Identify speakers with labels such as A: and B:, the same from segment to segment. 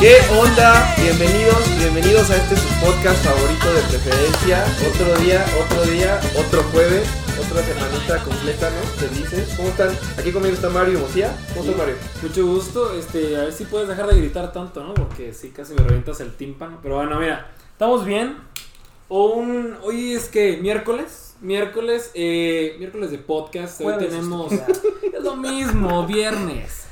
A: ¿Qué onda? Bienvenidos, bienvenidos a este su podcast favorito de preferencia. Otro día, otro día, otro jueves, otra semanita completa, ¿no? Felices. ¿Cómo están? Aquí conmigo está Mario Mocía. ¿Cómo estás, Mario?
B: Mucho gusto, este, a ver si puedes dejar de gritar tanto, ¿no? Porque sí, casi me revientas el tímpano. Pero bueno, mira, estamos bien. Un, hoy es que miércoles, miércoles, eh, miércoles de podcast. Hoy
C: Jueves,
B: tenemos, es lo mismo, viernes.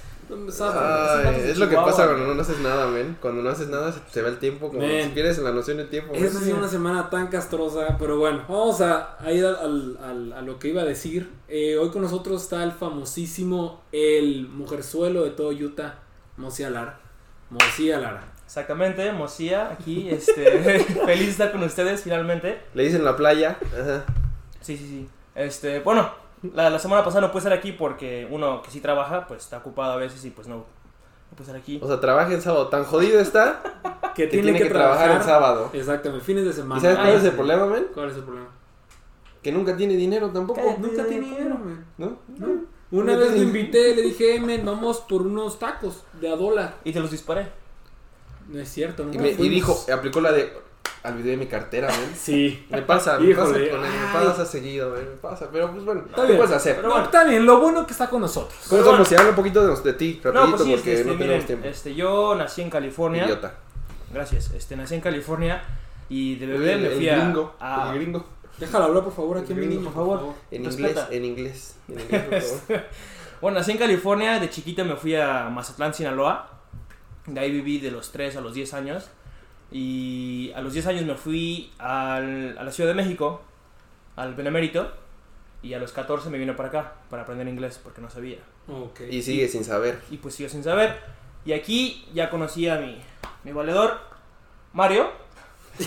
B: sábado,
A: Ay,
B: sábado
A: es lo que
B: Ah, Chihuahua.
A: pasa cuando no haces nada, men. Cuando no haces nada se, se va el tiempo, como
B: Men.
A: si pierdes la noción del tiempo. men.
B: Esa ha sido una semana tan castrosa, pero bueno, vamos a, a ir al- al- al- a lo que iba a decir. Eh, hoy con nosotros está el famosísimo, el mujerzuelo de todo Utah, Mocía Lara. Mocía Lara.
C: Exactamente, Mosía, aquí, este, feliz de estar con ustedes finalmente.
A: Le dicen la playa. Ajá.
C: Sí, sí, sí. Este, bueno, la, la semana pasada no pude estar aquí porque uno que sí trabaja, pues está ocupado a veces y pues no, no puede estar aquí.
A: O sea, trabaja en sábado. Tan jodido está
B: Que
A: que tiene, que, trabajar, el sábado.
B: Exactamente, fines de semana.
A: ¿Y sabes cuál
B: Ah,
A: es el
B: sí.
A: problema, men?
B: ¿Cuál es el problema?
A: Que nunca tiene dinero tampoco,
C: Cállate.
B: Nunca tiene dinero, güey.
A: ¿no?
B: No. Una
A: No
B: vez lo
A: tiene.
B: invité, le dije, "Eh, men, vamos por unos tacos de a dólar.
C: Y te los disparé.
B: No es cierto,
A: Y,
B: nunca
A: me- y
B: fuimos.
A: dijo, aplicó la de. Olvidé mi cartera, men.
B: Sí.
A: Me pasa, me pasa,
B: Híjole,
A: con él, me
B: ay.
A: pasa seguido, men, me pasa. Pero pues bueno,
B: Está
A: ¿qué
B: bien.
A: puedes hacer?
C: Pero
B: No,
C: bueno.
B: está bien, lo bueno que está con nosotros.
A: ¿Cómo
C: Pero
A: estamos?
C: bueno.
A: Si habla un poquito de, de ti, rapidito,
C: no, pues sí,
A: porque
C: este,
A: no tenemos
C: miren,
A: tiempo.
C: este, yo nací en California.
A: Idiota.
C: Gracias, este, nací en California y de Ah,
A: El,
C: bebé me
A: el
C: fui a...
A: gringo.
C: a-
A: El gringo.
B: Déjala hablar, por favor, aquí a mi
A: Gringo,
B: niño,
C: por favor.
A: En inglés,
C: Respeta.
A: en inglés. En inglés, por favor.
C: Bueno, nací en California, de chiquita me fui a Mazatlán, Sinaloa. De ahí viví de los 3 a los 10 años. Y a los 10 años me fui al- a la Ciudad de México, al Benemérito. Y a los 14 me vine para acá, para aprender inglés, porque no sabía.
B: Ok.
A: Y sigue sin saber.
C: Y pues sigo sin saber. Y aquí ya conocí a mi, mi valedor, Mario.
A: es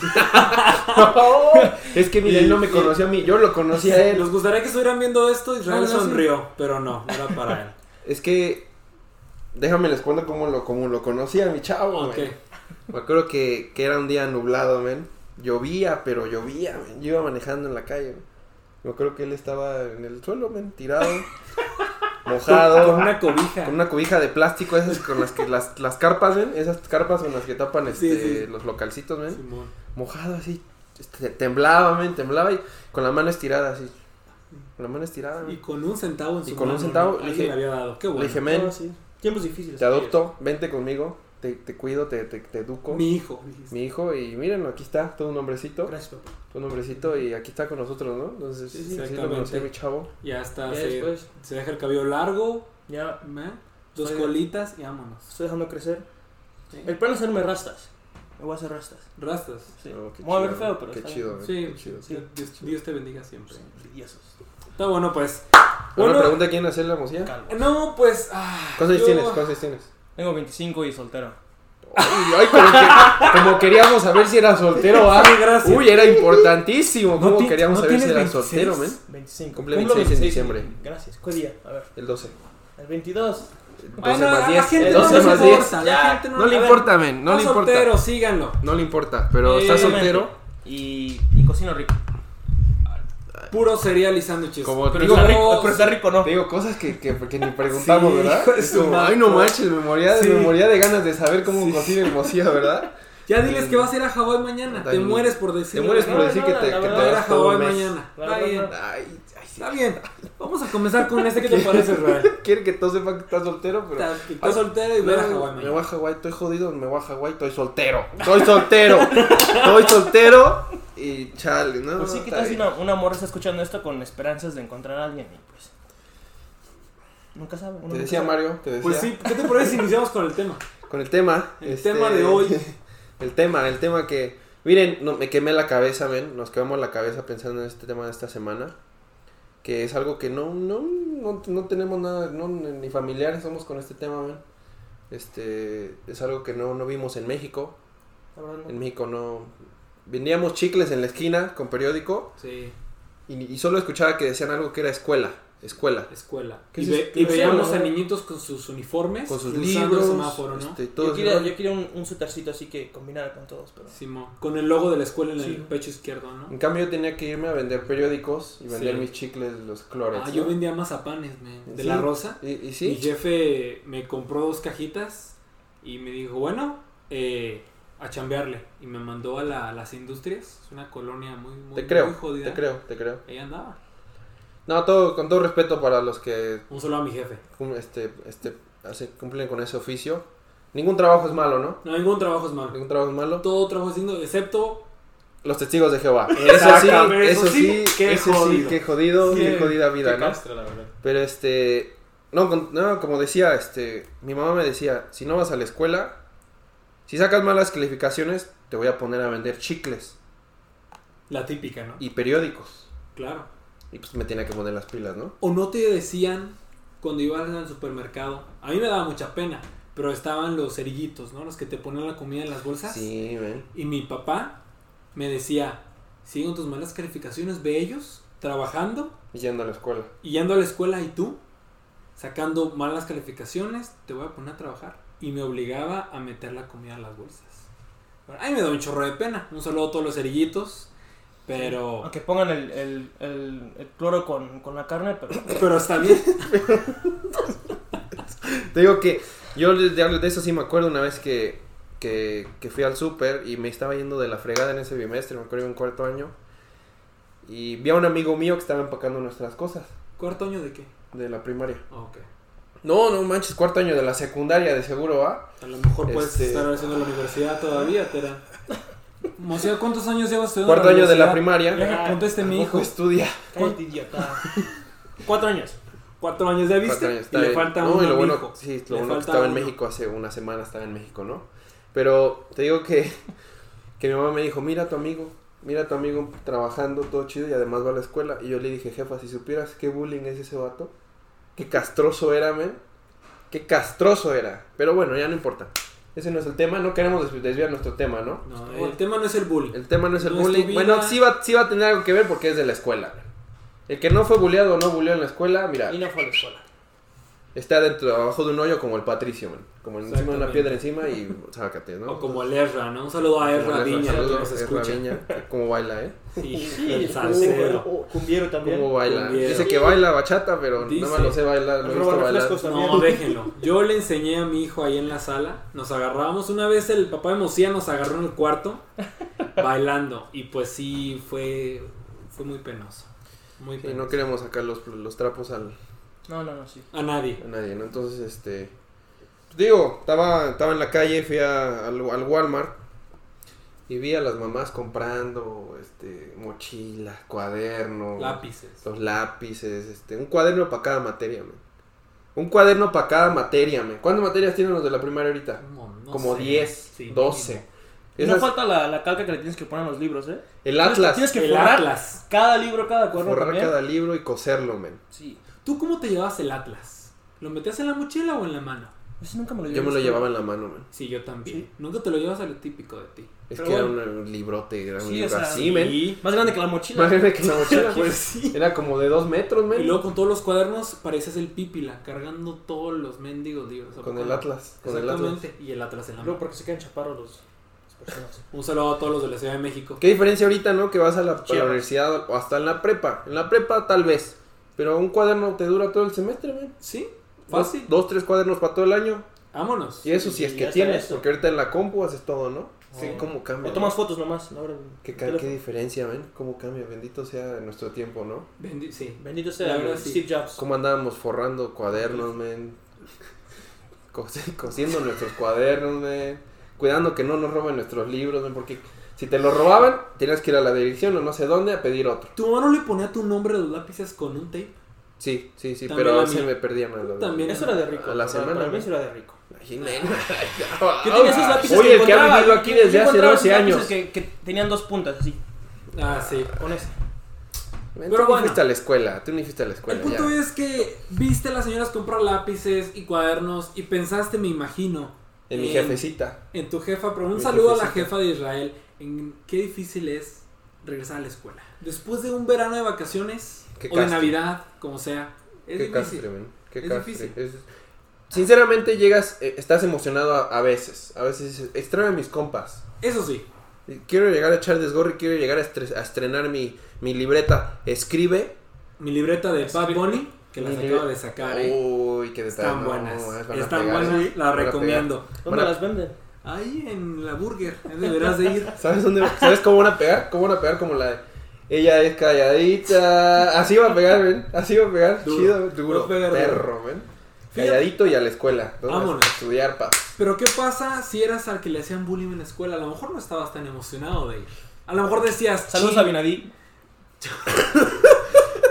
A: que mira,
C: Oh. Y-
A: él no me conoció a mí, yo lo conocí a él.
B: Nos gustaría que estuvieran viendo esto. Israel
C: No, no, sí.
B: sonrió, pero no, no era para él.
A: Es que. Déjame les cuento cómo lo, cómo lo conocí a mi chavo,
B: ok.
A: men. Me acuerdo que, que era un día nublado, men. Llovía, pero llovía, men. Yo iba manejando en la calle, men. Me acuerdo que él estaba en el suelo, men, tirado, mojado.
B: Con una cobija.
A: Con una cobija de plástico, esas con las que las, las carpas, ven, esas carpas con las que tapan
B: Sí,
A: este,
B: sí.
A: los localcitos, ven,
B: Simón.
A: mojado así, este, temblaba, ven, temblaba y con la mano estirada así, con la mano estirada,
B: Y
A: ven.
B: con un centavo en su
A: Y con un
B: mano,
A: centavo,
B: ¿no?
A: le
B: Alguien
A: dije-
B: le había dado. Qué bueno.
A: le dije, men,
C: Tiempos difíciles.
A: te adopto, vente conmigo, te, te cuido, te, te, te educo, mi...
B: mi hijo. dijiste.
A: hijo, y mírenlo, aquí está, todo un hombrecito,
C: Gracias, papá.
A: todo un hombrecito y aquí está con nosotros, ¿no? Entonces,
B: Sí, sí,
A: así lo
B: exactamente.
A: conocí a mi chavo,
B: Ya está.
C: Ya
B: se-
C: después.
B: se deja el cabello largo,
C: Ya
B: ¿Ve? Dos
C: Soy-
B: colitas y vámonos.
C: estoy dejando crecer. El plan es hacerme rastas. Me voy a hacer rastas.
B: Rastas.
C: Sí.
A: Oh, qué
C: Me voy a ver
A: chido,
C: feo, pero
A: qué
C: está
A: chido,
C: bien. Pues,
A: ven,
B: Sí,
A: qué chido.
B: sí, Dios, Dios te bendiga siempre.
C: Y esos.
B: Está bueno, pues.
A: Ahora
B: Bueno-
A: pregunta quién hacer la música.
C: Calvo.
B: No, pues. ah,
A: ¿Cuántos años
B: yo-
A: tienes? ¿Cuántos años tienes?
C: Tengo 25 y soltero.
A: Ay, ay, como, que- como queríamos saber si era soltero o
B: Sí, gracias.
A: Uy, era importantísimo.
B: No
A: Como
B: ti-
A: queríamos
B: no
A: saber si
B: tienes
A: era
B: 26.
A: soltero, men.
C: 25.
A: Cumple
C: Cumplo
A: 26 en
C: 26.
A: diciembre.
C: Gracias. ¿Qué día? A ver,
A: El 12.
C: el 22.
A: El 12
B: Bueno, a
A: más
B: la
A: 10.
B: gente
A: el
B: no
A: 12
B: le
A: más 10.
B: importa.
C: Ya,
B: La gente no,
A: No le
B: a ver,
A: importa, men. No
B: está
A: le importa.
B: soltero, síganlo.
A: No le importa. Pero
B: Eh,
A: está soltero.
C: Y, y cocino rico.
B: Puro cereal y sándwiches.
A: Como
C: Pero,
A: Digo,
C: está,
B: no,
C: rico pero está rico, ¿no?
A: Te digo cosas que, que, que ni preguntamos,
B: Sí,
A: ¿verdad?
B: hijo de
A: Es
B: su
A: como,
B: madre.
A: ay, no manches. Me moría,
B: Sí.
A: me moría de ganas de saber cómo cocina el mocía, ¿verdad?
B: Ya diles que vas a ir a Hawái mañana. Te
A: Dani,
B: mueres por
A: Te
B: decirlo.
A: mueres
B: No,
A: por
C: no,
A: decir
C: no,
A: que
C: la
A: te, que te
C: verdad,
B: Voy a ir a
A: vas todo
B: Hawái
A: un mes.
B: mañana.
C: La
B: Está
C: verdad,
B: bien.
C: no.
A: Ay, ay, sí.
B: Está bien. Vamos a comenzar con este. ¿Qué te parece, Israel?
A: Quiere que todos sepan que estás soltero, pero.
B: Está- Está soltero y ver a
A: No,
B: Hawái
A: Me
B: mañana.
A: voy a Hawái, estoy jodido, me voy a Hawái, estoy soltero. Estoy soltero. estoy soltero. Y chale, ¿no?
C: Pues sí,
A: no,
C: que
A: está
C: tal si
A: bien.
C: una, una morra está escuchando esto con esperanzas de encontrar a alguien y pues. Nunca sabe. uno
A: Te
C: nunca
A: decía
C: sabe.
A: Mario, te decía. Este,
B: Pues sí, ¿qué te parece si iniciamos con el tema?
A: Con el tema.
B: El tema de hoy.
A: El tema, el tema que. Miren, no, me quemé la cabeza, ven. Nos quemamos la cabeza pensando en este tema de esta semana. Que es algo que no, no, no, no tenemos nada, no, ni familiares somos con este tema, ven. Este, es algo que no, no vimos en México.
C: La verdad,
A: En
C: no.
A: México no. Vendíamos chicles en la esquina con periódico.
B: Sí.
A: Y, y solo escuchaba que decían algo que era escuela, escuela.
B: escuela.
A: ¿Qué
B: Y,
A: es
B: ve-
A: esto?
B: y
A: ¿Qué es
B: veíamos
A: eso?
B: a niñitos con sus uniformes,
A: Con sus
B: cruzando
A: libros,
B: el semáforo, ¿no?
A: este, todo
C: Yo quería,
A: eso.
C: yo quería un, un suétercito así que combinara con todos, pero.
B: Simón, con el logo de la escuela en el
C: Sí.
B: pecho izquierdo, ¿no?
A: En cambio yo tenía que irme a vender periódicos y vender
B: Sí.
A: mis chicles, los clores.
B: Ah, yo vendía mazapanes, man, de la rosa.
A: Y, y
B: Mi
A: sí,
B: jefe me compró dos cajitas y me dijo, bueno, eh, a chambearle y me mandó a, la- a las industrias. Es una colonia muy, muy,
A: Te creo,
B: muy jodida.
A: te creo, te creo.
B: Ahí andaba.
A: No, todo, con todo respeto para los que
B: Un solo a mi jefe.
A: cum- este, este, hace- cumplen con ese oficio. Ningún trabajo es malo, ¿no?
B: No, ningún trabajo es malo.
A: Ningún trabajo es malo.
B: Todo trabajo es digno, excepto
A: Los testigos de Jehová. Eso sí,
B: Exactamente,
A: eso sí,
B: qué
A: eso sí,
B: jodido.
A: qué jodido,
B: Sí,
A: qué jodida vida,
D: Qué
A: ¿no?
D: castro, la verdad.
A: Pero este, no, con- no, como decía, este, mi mamá me decía, si no vas a la escuela, si sacas malas calificaciones, te voy a poner a vender chicles
B: la típica, ¿no?
A: y periódicos.
B: Claro.
A: Y pues me tenía que poner las pilas, ¿no?
B: O no te decían cuando ibas al supermercado. A mí me daba mucha pena, pero estaban los cerillitos, ¿no? Los que te ponen la comida en las bolsas.
A: Sí, ven.
B: Y mi papá me decía, siguen tus malas calificaciones, ve ellos trabajando
A: Yendo a la escuela.
B: y yendo a la escuela y tú sacando malas calificaciones, te voy a poner a trabajar. Y me obligaba a meter la comida en las bolsas. Ay, me da un chorro de pena. Un saludo a todos los cerillitos. Pero...
C: Aunque pongan el, el, el, el cloro con, con la carne, pero
B: Pero está bien.
A: Te digo que yo de, de- de eso sí me acuerdo una vez que, que, que fui al súper y me estaba yendo de la fregada en ese bimestre, me acuerdo en cuarto año. Y vi a un amigo mío que estaba empacando nuestras cosas
B: ¿Cuarto año de qué?
A: de la primaria.
B: Ah, ok.
A: No, no manches, cuarto año de la secundaria de seguro, ¿ah?
B: A lo mejor puedes
A: Este-
B: estar haciendo la universidad todavía, Tera. Moceo, ¿cuántos años llevas estudiando? en
A: Cuarto año de la
B: universidad?
A: primaria.
B: Ya, Conteste mi
A: Tampoco
B: hijo.
A: estudia.
C: pues, cállate, idiota. Cuatro años.
B: Cuatro años de
A: Cuatro
B: vista.
A: años,
B: Y
A: está
B: le
A: bien.
B: falta
A: no,
B: uno.
A: y lo
B: a mi
A: bueno,
B: hijo.
A: sí,
B: Le
A: lo bueno que
B: falta
A: estaba en
B: uno.
A: México hace una semana, estaba en México, ¿no? Pero te digo que, que mi mamá me dijo, mira a tu amigo, mira a tu amigo trabajando, todo chido, y además va a la escuela. Y yo le dije, jefa, si supieras qué bullying es ese vato, qué castroso era, men, qué castroso era. Pero bueno, ya no importa. Ese no es el tema, no queremos desvi- desviar nuestro tema, ¿no?
B: No, el tema no es el bullying.
A: El tema no es el
B: No es tu
A: bullying.
B: vida.
A: Bueno, sí va, sí va a tener algo que ver porque es de la escuela. El que no fue bulleado o no bulleó en la escuela, mira,
C: Y no fue a la escuela.
A: está dentro, abajo de un hoyo como el Patricio, man. Como encima de una
B: Exactamente.
A: piedra encima y sácate, ¿no?
B: O como el Erra, ¿no? Un saludo a
A: Como
B: Erra
A: le-
B: Viña,
A: saludos,
B: que nos
A: Erra
B: escucha.
A: Viña, que Como baila, ¿eh?
B: Sí, el salsero.
D: Cumbiero también.
A: Como baila.
B: Cumbia.
A: Dice que baila bachata, pero nada más
B: Dice.
A: lo sé bailar, no he
D: Roba
A: visto bailar.
D: refrescos.
B: No, déjenlo. Yo le enseñé a mi hijo ahí en la sala. Nos agarrábamos. Una vez el papá de Mocía nos agarró en el cuarto bailando. Y pues sí, fue, fue muy penoso. Muy
A: Y
B: penoso.
A: no queremos sacar los, los trapos al,
C: No, no, no, sí.
B: A nadie.
A: a nadie, ¿no? Entonces, este... Digo, estaba, estaba en la calle, fui a- al, al Walmart y vi a las mamás comprando este mochilas, cuadernos.
B: Lápices.
A: Los lápices, este, un cuaderno para cada materia, men. Un cuaderno para cada materia, men. ¿Cuántas materias tienen los de la primaria ahorita?
B: Como, no
A: Como
B: sé.
A: 10,
B: Sí,
A: 12.
C: Y no
A: Esas-
C: falta la, la calca que le tienes que poner a los libros, ¿eh?
A: el Atlas,
C: Tienes que
B: El
C: forrar
B: Atlas.
C: cada libro, cada cuerno
A: forrar
C: también.
A: cada libro y coserlo, men.
C: Sí.
B: ¿Tú cómo te llevabas el Atlas? ¿Lo metías en la mochila o en la mano?
C: Ese nunca me lo llevé
A: Yo me lo
C: a la escuela.
A: llevaba en la mano, men.
B: Sí, yo también.
C: Sí.
B: Nunca te lo llevas a lo típico de ti.
A: Es
C: Pero
A: que
C: bueno.
A: era un, un librote, era un
C: Sí, o
A: libro
C: sea,
A: así,
C: sí.
A: men.
C: Más grande que la mochila.
A: Más grande que la mochila,
B: Pues
A: pues.
B: sí.
A: Era como de dos metros,
B: Y
A: men.
B: luego con todos los cuadernos pareces el pípila, cargando todos los mendigos libros. ¿a
A: Con
B: poco
A: el
B: no?
A: Atlas, con el Atlas.
B: Exactamente, y el Atlas en la
D: No,
B: mano.
D: porque se quedan chaparros los, las personas. ¿eh?
B: Un saludo a todos los de la Ciudad de México.
A: ¿Qué diferencia ahorita, no? Que vas a la, a la
C: Chivas.
A: universidad o hasta en la prepa. En la prepa, tal vez. Pero un cuaderno te dura todo el semestre, men.
B: Sí,
A: Dos-
B: fácil.
A: dos, tres cuadernos para todo el año.
B: Vámonos.
A: Y eso si
D: Y
A: es que
D: hasta
A: tienes,
D: eso.
A: porque ahorita en la compu haces todo, ¿no?
C: Sí.
A: ¿Cómo cambia?
D: O tomas
A: ¿no?
D: fotos nomás. no abren
A: ¿Qué,
D: el
A: ca- qué
D: teléfono.
A: diferencia, ven? ¿Cómo cambia? Bendito sea nuestro tiempo, ¿no?
B: Bendi- sí.
D: Bendito
B: La
D: sea
B: verdad, sí.
D: Steve Jobs.
A: ¿Cómo andábamos forrando cuadernos, men? Cose- Cosiendo nuestros cuadernos, men. Cuidando que no nos roben nuestros libros, men. Porque si te los robaban, tenías que ir a la dirección o no sé dónde a pedir otro.
B: ¿Tu mamá no le ponía tu nombre a los lápices con un tape?
A: Sí, sí, sí,
B: También
A: pero a
B: la
A: veces
B: mía.
A: me perdían a los
B: También.
D: Eso era de rico.
A: A la
D: para-
A: semana,
D: Para
A: güey.
D: mí eso era de rico.
A: Ay, men.
C: Yo tenía esos lápices
A: Oye, el que ha
C: encontraba-
A: vivido aquí
C: yo
A: desde hace
C: encontraba
A: 12
C: esos
A: años.
C: lápices Que, que tenían dos puntas, así.
B: Ah, sí.
C: Con ese.
A: Men,
B: Pero
A: tú no
B: bueno.
A: fuiste a la escuela, tú ni fuiste a la escuela.
B: El punto
A: ya.
B: es que viste a las señoras comprar lápices y cuadernos y pensaste, me imagino,
A: En mi
B: en-
A: jefecita.
B: en tu jefa, pero un
A: Mi
B: saludo a la
A: jefecita.
B: jefa de Israel, en qué difícil es regresar a la escuela. Después de un verano de vacaciones
A: Qué
B: o de
A: castre.
B: Navidad, como sea, es
A: Qué
B: difícil.
A: castre, men. Qué
B: Es
A: castre.
B: difícil.
A: Es- Sinceramente llegas, eh, estás emocionado a, a veces. A veces dices, extraño a mis compas.
B: Eso sí,
A: Quiero llegar a echar desgorre, quiero llegar a, estres- a estrenar mi, mi libreta. Escribe.
B: mi libreta de Bad Bunny, que las
A: Mi
B: acabo
A: libre-
B: de sacar, ¿eh?
A: Uy, qué detalle.
B: Están
A: Uh, no,
B: buenas,
A: van a pegar,
B: están
A: ¿eh?
B: buenas,
A: van
B: las
A: a pegar.
B: recomiendo.
D: ¿Dónde
A: Bueno.
D: las venden?
B: Ahí en la burger, ahí deberás de ir.
A: ¿Sabes dónde? ¿Sabes cómo van a pegar? ¿Cómo van a pegar? Como la de. Ella es calladita. Así va a pegar, ven. Así va a pegar.
B: Duro.
A: Chido,
B: Va
A: duro.
B: a pegar duro.
A: perro, ven.
B: Fíjate.
A: Calladito y a la escuela. ¿no?
B: Vámonos.
A: A estudiar, pa.
B: Pero ¿qué pasa si eras al que le hacían bullying en la escuela? A lo mejor no estabas tan emocionado de ir. A lo mejor decías,
C: Saludos
B: "Chin".
C: a Binadí.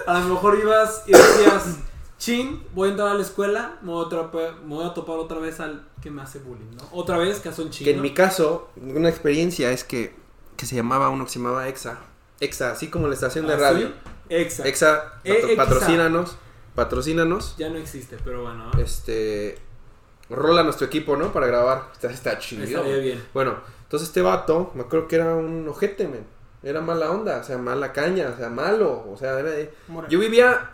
B: A lo mejor ibas y decías, chin, voy a entrar a la escuela, me voy a, trope- me voy a topar otra vez al que me hace bullying, ¿no? Otra vez, que son
A: Que
B: chin.
A: en
B: ¿no?
A: mi caso, una experiencia es que, que se llamaba uno que se llamaba EXA. EXA, así como la estación de
B: ¿Ah,
A: radio.
B: sí? Exacto.
A: EXA,
B: E-
A: patro-
B: EXA.
A: patrocínanos. Patrocínanos.
B: Ya no existe, pero bueno. ¿eh?
A: Este. Rola nuestro equipo, ¿no? Para grabar. Está, está chido.
B: Estaría bien.
A: Bueno, entonces este vato, me acuerdo que era un ojete, men. Era mala onda, o sea, mala caña, o sea, malo. O sea, era de-
D: Mora.
A: yo vivía.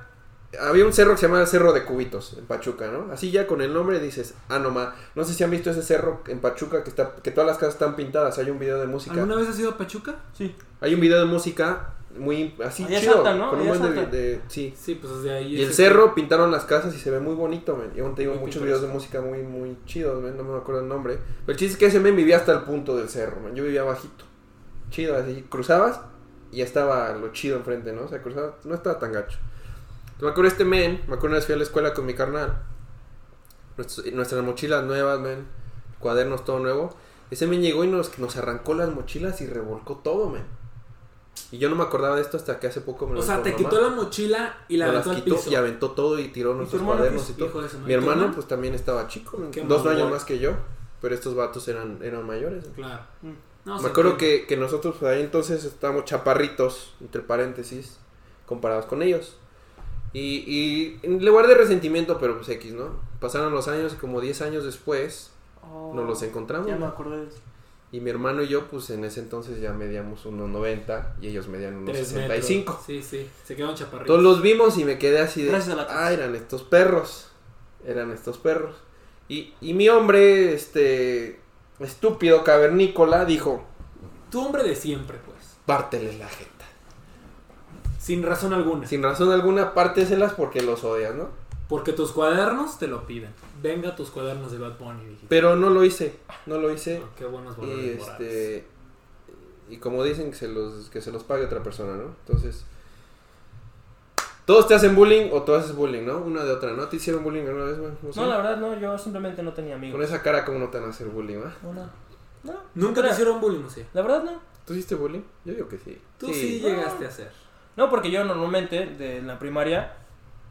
A: Había un cerro que se llamaba Cerro de Cubitos, en Pachuca, ¿no? Así ya con el nombre dices, ah, no ma. No sé si han visto ese cerro en Pachuca que está que todas las casas están pintadas. Hay un video de música.
B: ¿Alguna vez has ido a Pachuca?
C: Sí.
A: Hay un video de música muy así
C: Allá
A: chido.
C: saltan, ¿no?
A: Con un
C: Allá
A: buen de,
C: saltan.
A: de- Sí.
B: Sí, pues desde ahí.
A: Y el
B: es-
A: cerro pintaron las casas y se ve muy bonito, men. Y aún te digo
B: Muy
A: muchos videos de música muy, muy chidos, men. No me acuerdo el nombre. Pero el chiste es que ese men vivía hasta el punto del cerro, men. Yo vivía bajito. Chido, así cruzabas y ya estaba lo chido enfrente, ¿no? O sea, cruzabas, no estaba tan gacho. Me acuerdo este men, me acuerdo una vez fui a la escuela con mi carnal. Nuestros- nuestras mochilas nuevas, men. Cuadernos todo nuevo. Ese men llegó y nos, nos arrancó las mochilas y revolcó todo, men. Y yo no me acordaba de esto hasta que hace poco me lo
B: O sea,
A: dijo
B: te
A: mi mamá.
B: quitó la mochila y la
A: Nos las
B: aventó al
A: quitó
B: piso.
A: y aventó todo y tiró nuestros
C: hermano
A: cuadernos y
C: qué-
A: todo.
B: hijo de su madre?
A: Mi
B: ¿Tu
A: hermano
B: hermano?
A: pues también estaba chico, ¿no?
B: Qué
A: dos
B: mamón.
A: años más que yo, pero estos vatos eran, eran mayores. ¿no?
B: Claro.
D: Mm.
B: No,
A: Me
B: sí,
A: acuerdo
B: sí.
A: que, que nosotros pues, ahí entonces estábamos chaparritos, entre paréntesis, comparados con ellos. Y, y le guardé resentimiento, pero pues X, ¿no? Pasaron los años y como 10 años después
D: Oh,
A: nos los encontramos.
D: Ya me
A: ¿no?
D: acordé.
A: Y mi hermano y yo pues en ese entonces ya medíamos 1,90 y ellos medían unos
B: Tres
A: 65.
B: metros. Sí, sí. Se quedaron chaparritos.
A: Todos los vimos y me quedé así de.
D: Gracias a la taza.
A: Ah, eran estos perros. Eran estos perros. Y, y mi hombre, este. Estúpido cavernícola, dijo:
B: Tu hombre de siempre, pues.
A: Párteles la jeta.
B: Sin razón alguna.
A: Sin razón alguna, párteselas porque los odias, ¿no?
B: Porque tus cuadernos te lo piden. Venga tus cuadernos de Bad Bunny, dijiste.
A: Pero no lo hice. No lo hice.
C: Ah,
B: Qué buenos valores
A: Y
B: morales.
A: este. Y como dicen, que se los, que se los pague otra persona, ¿no? Entonces. Todos te hacen bullying o tú haces bullying, ¿no? Una de otra, ¿no? ¿Te hicieron bullying alguna vez, man?
C: No, la verdad, no, yo simplemente no tenía
A: Con
C: amigos.
A: esa cara, ¿cómo no te van a hacer bullying, ah? va?
C: No, no. No,
B: Nunca te
C: Mira,
B: hicieron bullying, o sí.
C: La verdad, no.
A: ¿Tú hiciste bullying? Yo digo que sí.
B: Tú sí, llegaste a hacer.
C: No, porque yo normalmente, de en la primaria,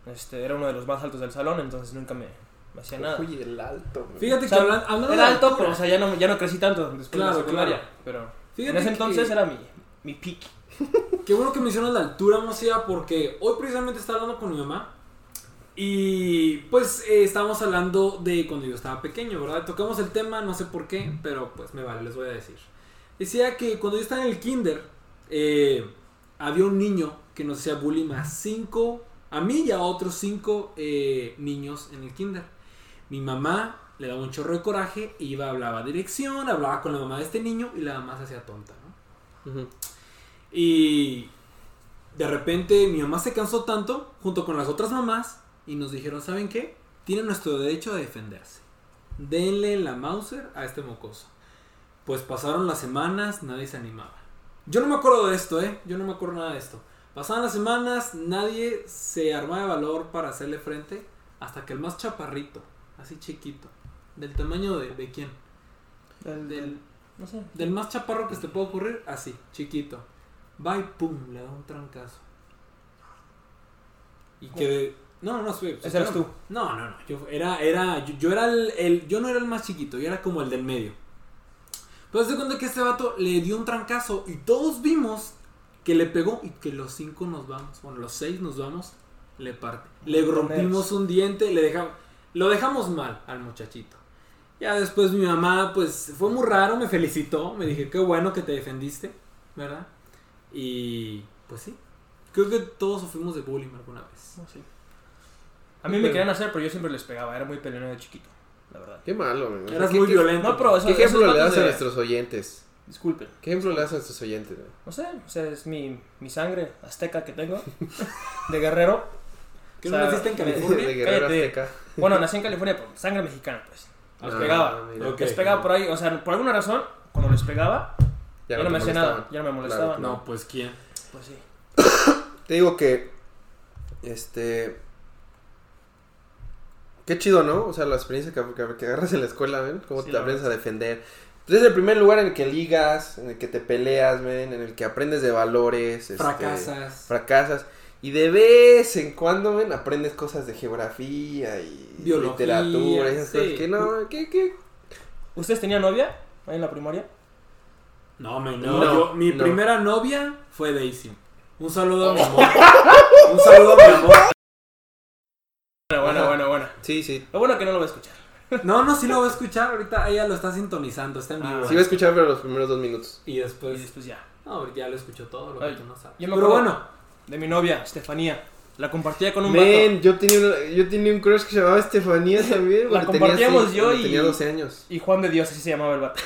C: este, era uno de los más altos del salón, entonces nunca me, me hacía nada.
A: Fui el alto. güey.
B: Fíjate
C: O sea,
B: que hablan- hablando
C: era
B: de
C: alto,
B: altura,
C: pero o sea, ya no, ya no crecí tanto después de
B: Claro,
C: la secundaria.
B: claro.
C: Pero
B: Fíjate
C: en ese
B: que-
C: entonces era mi, mi peak.
B: Qué bueno que mencionas la altura, Mocía, porque hoy precisamente estaba hablando con mi mamá. Y pues eh, estábamos hablando de cuando yo estaba pequeño, ¿verdad? Tocamos el tema, no sé por qué, pero pues me vale, les voy a decir. Decía que cuando yo estaba en el kinder, eh, había un niño que nos hacía bullying a cinco, a mí y a otros cinco eh, niños en el kinder. Mi mamá le daba un chorro de coraje, iba, hablaba dirección, hablaba con la mamá de este niño y la mamá se hacía tonta, ¿no?
A: Ujú.
B: Y de repente mi mamá se cansó tanto junto con las otras mamás y nos dijeron, ¿saben qué? Tienen nuestro derecho a defenderse. Denle la Mauser a este mocoso. Pues pasaron las semanas, nadie se animaba. Yo no me acuerdo de esto, ¿eh? Yo no me acuerdo nada de esto. Pasaban las semanas, nadie se armaba de valor para hacerle frente hasta que el más chaparrito, así chiquito, del tamaño de, de quién? Del,
C: No sé.
B: del más chaparro que se te puede ocurrir, así, chiquito. Va y pum, le da un trancazo. Y que. No, no, sí, sí,
C: Ese eras
B: claro.
C: tú.
B: No, no, no. Yo era, era, yo, yo era el, el- Yo no era el más chiquito, yo era como el del medio. Pero se cuenta que este vato le dio un trancazo y todos vimos que le pegó y que los cinco nos vamos. Bueno, los seis nos vamos. Le parte. Le rompimos un diente, le dejamos. Lo dejamos mal al muchachito. Ya después mi mamá, pues fue muy raro, me felicitó, me dije, qué bueno que te defendiste, ¿verdad? Y pues sí, creo que todos sufrimos de bullying alguna vez.
C: No sé. A mí me querían hacer, pero yo siempre les pegaba. Era muy peleonero de chiquito, la verdad.
A: Qué malo, güey.
B: Eras
A: ¿Qué-
B: muy
A: qué-
B: violento.
C: No, pero eso,
A: ¿Qué
C: esos
A: ejemplo le
C: vatos
A: das a
C: de-
A: nuestros oyentes?
C: Disculpen.
A: ¿Qué ejemplo le das a nuestros oyentes, güey?
C: No sé, o sea, es mi, mi sangre azteca que tengo, de guerrero.
B: ¿Que
C: O
B: no
C: sea,
B: naciste en
A: De
B: California?
A: Guerrero
C: Cállate.
A: Azteca.
C: Bueno, nací en California, pero sangre mexicana, pues. Les
A: Ah,
C: pegaba.
A: mira.
B: Ok.
C: Les pegaba por ahí, o sea, por alguna razón, cuando les pegaba, ya,
A: te
C: no me hacía
A: molestaban.
C: nada, ya no me
A: Claro,
C: molestaba.
B: No, pues quién.
C: Pues sí.
A: Te digo que. Este. Qué chido, ¿no? O sea, la experiencia que, que- que agarras en la escuela, ¿ven? Cómo
C: Sí,
A: te
C: la
A: aprendes a defender. Pues es el primer lugar en el que ligas, en el que te peleas, ¿ven? En el que aprendes de valores. este,
B: Fracasas.
A: fracasas. Y de vez en cuando, ¿ven? Aprendes cosas de geografía y
B: Biología,
A: literatura. Y esas
B: sí.
A: cosas que no, que, que-
C: ¿Ustedes tenían novia ahí en la primaria?
B: No, me no.
A: No,
B: Yo- mi
A: no.
B: primera novia fue Daisy. Un saludo a mi amor. Un saludo a mi amor.
C: Bueno, bueno,
A: Ajá.
C: bueno, bueno.
A: Sí, sí.
C: Lo bueno que no lo voy a escuchar.
B: No, no, sí lo voy a escuchar. Ahorita ella lo está sintonizando. Está en
C: Ah,
B: vivo.
A: Sí, voy a escuchar, pero los primeros dos minutos.
B: Y
C: Y
B: después.
C: después ya.
B: No, ya lo escuchó todo lo que
C: Ay,
B: tú no sabes.
C: yo me
B: Pero
C: acuerdo-
B: bueno,
C: De mi novia, Estefanía. La compartía con un vato.
A: Men, yo tenía, una- yo tenía un crush que se llamaba Estefanía también.
C: La
A: cuando tenía
C: compartíamos
A: seis-
C: yo
A: cuando
C: y-
A: Tenía 12 años.
C: Y Juan de Dios, así se llamaba el vato.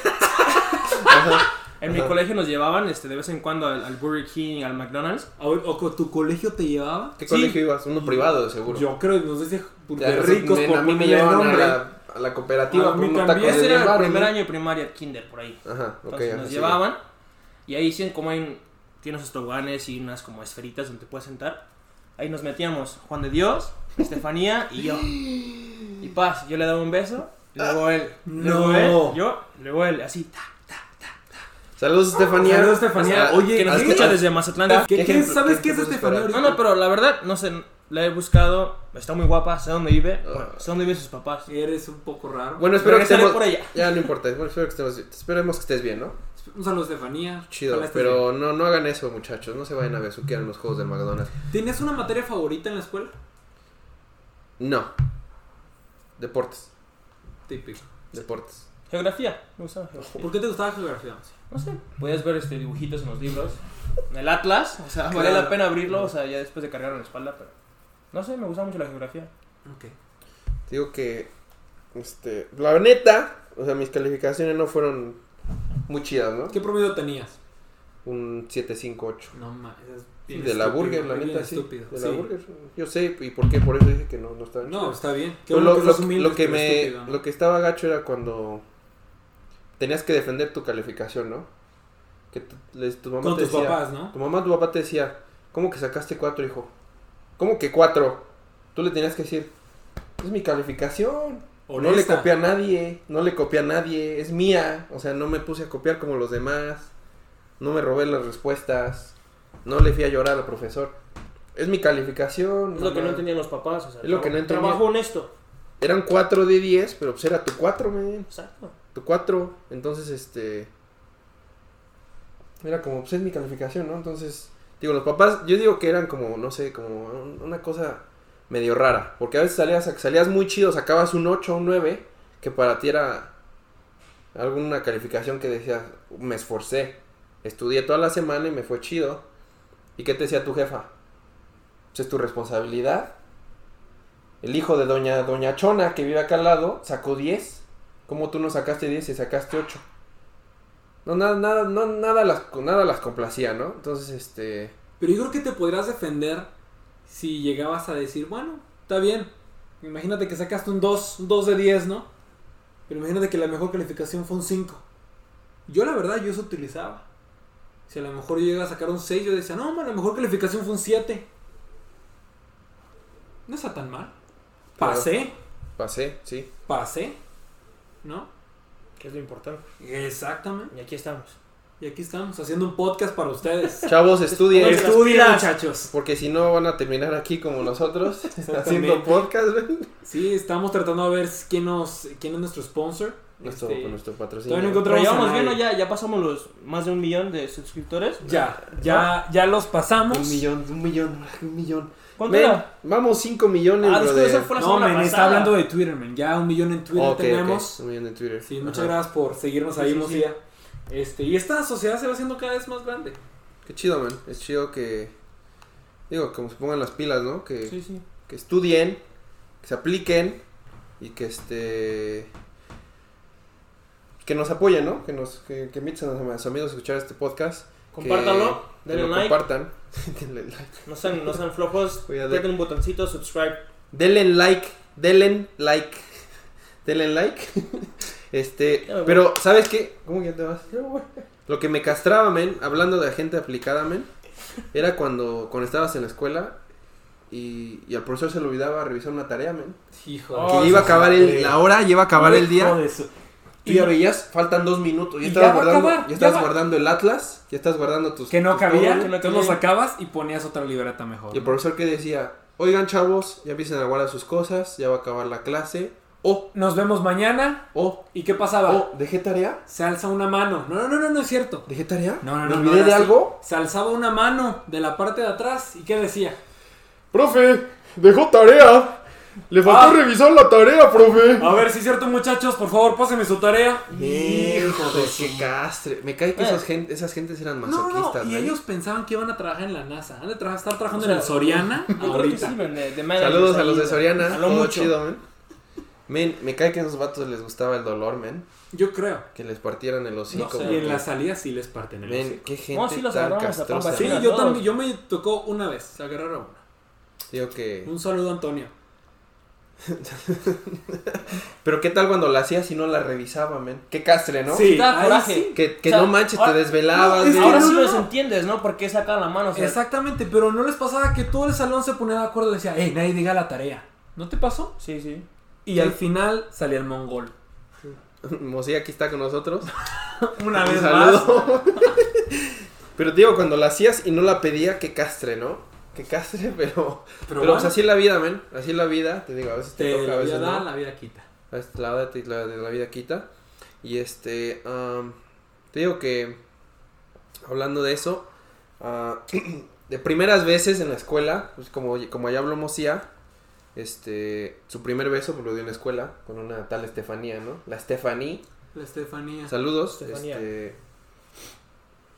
C: En mi
A: Ajá.
C: colegio nos llevaban este, de vez en cuando al, al Burger King, al McDonald's.
B: a ver, ¿o co- tu colegio te llevaba?
A: ¿Qué
C: Sí.
A: colegio ibas? Uno privado, de seguro.
B: Yo creo, no sé si
A: Ya,
B: porque
A: no sé,
B: ricos
A: men,
B: por
A: a mí me
B: ponerle
A: llevaban a
B: nombre.
A: la, a la cooperativa
B: A
A: por
B: mí
A: unos
B: también.
A: tacos de
C: Ese
A: diez
C: era el
A: baros,
C: primer
A: ¿no?
C: año de primaria, kinder, por ahí.
A: Ajá, ok.
C: Entonces
A: ajá,
C: nos
A: sí.
C: llevaban y ahí sí como hay un- tiene unos toboganes y unas como esferitas donde te puedes sentar. Ahí nos metíamos Juan de Dios, Estefanía y yo. Y paz, yo le daba un beso, luego él, luego
B: no.
C: él, yo, luego él, así. ta.
A: Saludos, Estefanía.
B: Saludos, Estefanía.
A: Hasta-
B: Oye,
C: Que nos
A: hasta-
C: escucha desde Mazatlán.
A: ¿Qué
B: ¿Qué- qué-
A: ejemplo-
B: ¿Sabes
A: qué
B: qué es
A: ejemplo
B: Estefanía
A: esperar?
B: ahorita?
C: No, no, pero la verdad, no sé, la he buscado, está muy guapa, sé dónde vive, bueno, sé dónde viven sus papás.
B: Eres un poco raro.
A: Bueno, espero que
C: Regresaré
A: estemos...
C: por allá.
A: Ya, no importa. Bueno, espero que estemos... Esperemos que estés bien, ¿no?
B: Un saludo, Estefanía.
A: Chido.
B: Ojalá estés
A: Pero no, no hagan eso, muchachos. No se vayan a besuquear en los juegos del McDonald's.
B: bien. ¿Tenías una materia favorita en la escuela?
A: No. Deportes.
B: Típico.
A: Deportes.
C: Geografía, me gustaba geografía.
B: ¿Por qué te gustaba geografía?
C: No sé, podías ver este dibujitos en los libros. En el Atlas, o sea,
B: Claro.
C: valía la pena abrirlo, o sea, ya después de cargarlo en la espalda, pero. No sé, me gusta mucho la geografía.
B: Ok.
A: Te Digo que... Este... La neta... O sea, mis calificaciones no fueron muy chidas, ¿no?
B: ¿Qué promedio tenías?
A: Un 7-5-8.
B: No mames.
A: Sí, de la burger, la neta, sí.
B: estúpido.
A: De la
B: sí.
A: burger. Yo sé, y por qué, por eso dije que no, no estaba
B: No, está bien. Qué
A: Pero
B: bueno
A: Pues lo,
B: que
A: lo-
B: seas humilde,
A: lo que
B: pero
A: me,
B: estúpido, ¿no?
A: lo que estaba gacho era cuando tenías que defender tu calificación, ¿no? Que t- les- tu mamá
B: Con
A: te
B: tus
A: decía,
B: papás, ¿no?
A: tu mamá, tu papá te decía, ¿cómo que sacaste cuatro, hijo? ¿Cómo que cuatro? Tú le tenías que decir, es mi calificación. No le
B: Honesta.
A: copié a nadie, no le copié a nadie, es mía. O sea, no me puse a copiar como los demás, no me robé las respuestas, no le fui a llorar al profesor. Es mi calificación.
C: Es lo que
A: mamá".
C: no entendían los papás, o sea.
A: Es lo que no entendía.
C: Trabajo honesto.
A: Eran cuatro de 10, pero pues era tu cuatro, men.
C: Exacto.
A: Tu 4, entonces este. Era como, pues es mi calificación, ¿no? Entonces, digo, los papás, yo digo que eran como, no sé, como un- una cosa medio rara. Porque a veces salías, salías muy chido, sacabas un 8 o un 9, que para ti era alguna calificación que decías, me esforcé, estudié toda la semana y me fue chido. ¿Y qué te decía tu jefa? Pues es tu responsabilidad. El hijo de doña, doña Chona, que vive acá al lado, sacó 10. ¿Cómo tú no sacaste 10 y sacaste 8? No, nada, nada, no, nada las, nada las complacía, ¿no? Entonces, este...
B: Pero yo creo que te podrías defender si llegabas a decir, bueno, está bien. Imagínate que sacaste un 2, un 2 de 10, ¿no? Pero imagínate que la mejor calificación fue un 5. Yo la verdad, yo eso utilizaba. Si a lo mejor yo llegaba a sacar un 6, yo decía, no, ma, la mejor calificación fue un 7. No está tan mal.
A: Claro.
B: Pasé,
A: Pasé, sí.
B: pasé, ¿no?
C: Que es lo importante.
B: Exactamente.
C: Y aquí estamos.
B: Y aquí estamos haciendo un podcast para ustedes.
A: Chavos, estudien.
C: Estu- Estudia,
B: muchachos.
A: Porque si no van a terminar aquí como nosotros, haciendo
B: Exactamente.
A: podcast, ¿ven?
B: Sí, estamos tratando de ver quién nos quién es nuestro sponsor.
A: Nuestro,
B: Este,
A: nuestro
B: todavía no
A: patrocinio.
B: encontré-
C: Pero
B: Traemos a
C: llevamos bien, ¿no?
B: nadie.
C: Ya, ya pasamos los más de un millón de suscriptores.
B: Ya, ya, ya los pasamos.
A: Un millón, un millón, un millón.
C: ¿Cuánto
A: Men,
C: era?
A: vamos 5 millones,
C: Ah,
A: brother.
C: después eso fue la
B: No,
C: semana
B: men, está
C: pasada.
B: hablando de Twitter, men. Ya un millón en Twitter
A: Ok, ok,
B: tenemos.
A: Un millón de Twitter.
B: Sí, muchas
A: Ajá.
B: gracias por seguirnos
C: Sí,
B: ahí,
C: sí,
B: Mosía. Este, y esta sociedad se va haciendo cada vez más grande.
A: Qué chido, man. Es chido que... Digo, como se pongan las pilas, ¿no? Que,
C: Sí, sí.
A: que estudien, que se apliquen y que este que nos apoyen, ¿no? Que nos que, que inviten a sus amigos a escuchar este podcast,
C: Compártanlo,
A: que
C: denle
A: lo
C: like.
A: compartan, denle like,
C: No sean, no sean flojos.
A: Voy a
C: Aprieten un botoncito, subscribe.
A: denle like, denle like, denle like. este,
C: Ya me voy.
A: pero, ¿sabes qué? ¿Cómo que ya te vas? Lo que me castraba, men, hablando de gente aplicada, men, era cuando, cuando estabas en la escuela y, y al profesor se le olvidaba revisar una tarea, men.
D: Hijo
C: Oh,
A: Que
C: sí,
A: iba a
C: sí,
A: acabar el- la hora, lleva a acabar el día. Tú
C: Y-
A: ya veías, faltan dos minutos. Ya
C: y
A: estabas
C: ya va a
A: guardando,
C: acabar,
A: ya
C: ya
A: estabas
C: va.
A: guardando el Atlas, ya estás guardando tus.
B: Que no
A: tus
B: cabía,
A: todo.
C: que no
B: entonces lo
C: cabía.
B: sacabas y ponías otra libreta mejor.
A: Y el profesor que decía, oigan chavos, ya empiecen a guardar sus cosas, ya va a acabar la clase. O,
B: Nos vemos mañana.
A: o,
B: ¿Y qué pasaba?
A: o, ¿dejé tarea?
B: Se alza una mano. No, no, no, no, no es cierto.
A: ¿Dejé tarea?
B: No, no,
A: Oh. ¿Me
B: no,
A: olvidé
B: ahora
A: de
B: sí.
A: algo?
B: Se alzaba una mano de la parte de atrás. ¿Y qué decía?
A: Profe, dejó tarea. Le
B: faltó
A: revisar la tarea, profe.
B: A ver, si es cierto, muchachos, por favor, pásenme su tarea.
A: Hijo de qué castre. Me cae que esas, gen- esas gentes eran
B: No, no,
A: masoquistas. ¿eh?
B: y
A: ¿no?
B: ellos pensaban que iban a trabajar en la NASA. Han de tra- estar trabajando
C: O sea,
B: en el Soriana
C: Yo creo que
B: ahorita.
C: sí, men, de- de managers
A: Saludos a
C: ahí,
A: los de
C: de-
A: Soriana.
C: a lo
A: todo
C: mucho.
A: chido, men. Men, me cae que a esos vatos les gustaba el dolor, men.
B: Yo creo.
A: Que les partieran el hocico.
C: sé,
B: Y en
A: porque-
B: la salida sí les parten el
A: Men,
B: hocico.
A: qué gente
C: No, sí los
A: tan
C: agarramos a
A: castrosa.
C: pambas,
B: Sí,
A: men.
C: Mira,
B: yo
C: todos.
B: también, yo me tocó una vez, se agarraron una.
A: Digo que...
B: Un saludo Antonio.
A: Pero qué tal cuando la hacías y no la revisaba, men. Qué castre, ¿no?
C: Sí, da
B: ahí
C: coraje.
A: Que, que
C: O sea,
A: no manches,
C: ahora-
A: te desvelabas.
B: no, es
A: men.
C: Ahora
B: no,
C: sí
B: no,
C: los
B: no.
C: entiendes, ¿no? Porque sacan la mano. o sea,
B: Exactamente, pero no les pasaba que todo el salón se ponía de acuerdo y decía, hey, nadie diga la tarea. ¿No te pasó?
C: Sí, sí.
B: Y al final salía el mongol.
A: Mosí aquí está con nosotros.
B: Una
A: Un
B: vez más.
A: saludo. pero te digo, cuando la hacías y no la pedía, qué castre, ¿no? Qué castre, pero... Pero,
B: bueno,
A: pues, así es la vida, men. Así es la vida. Te digo, a veces te,
B: te
A: toca, a
B: la vida
A: veces
B: da,
A: no.
B: la vida quita.
A: A este veces la, vida te- la- la vida quita. Y este... am, te digo que... Hablando de eso... ah, de primeras veces en la escuela, pues como, como ya habló Mosía, este, su primer beso pues, lo dio en la escuela con una tal Estefanía, ¿no? La Estefaní.
B: La Estefanía.
A: Saludos.
D: Estefanía.
A: Este,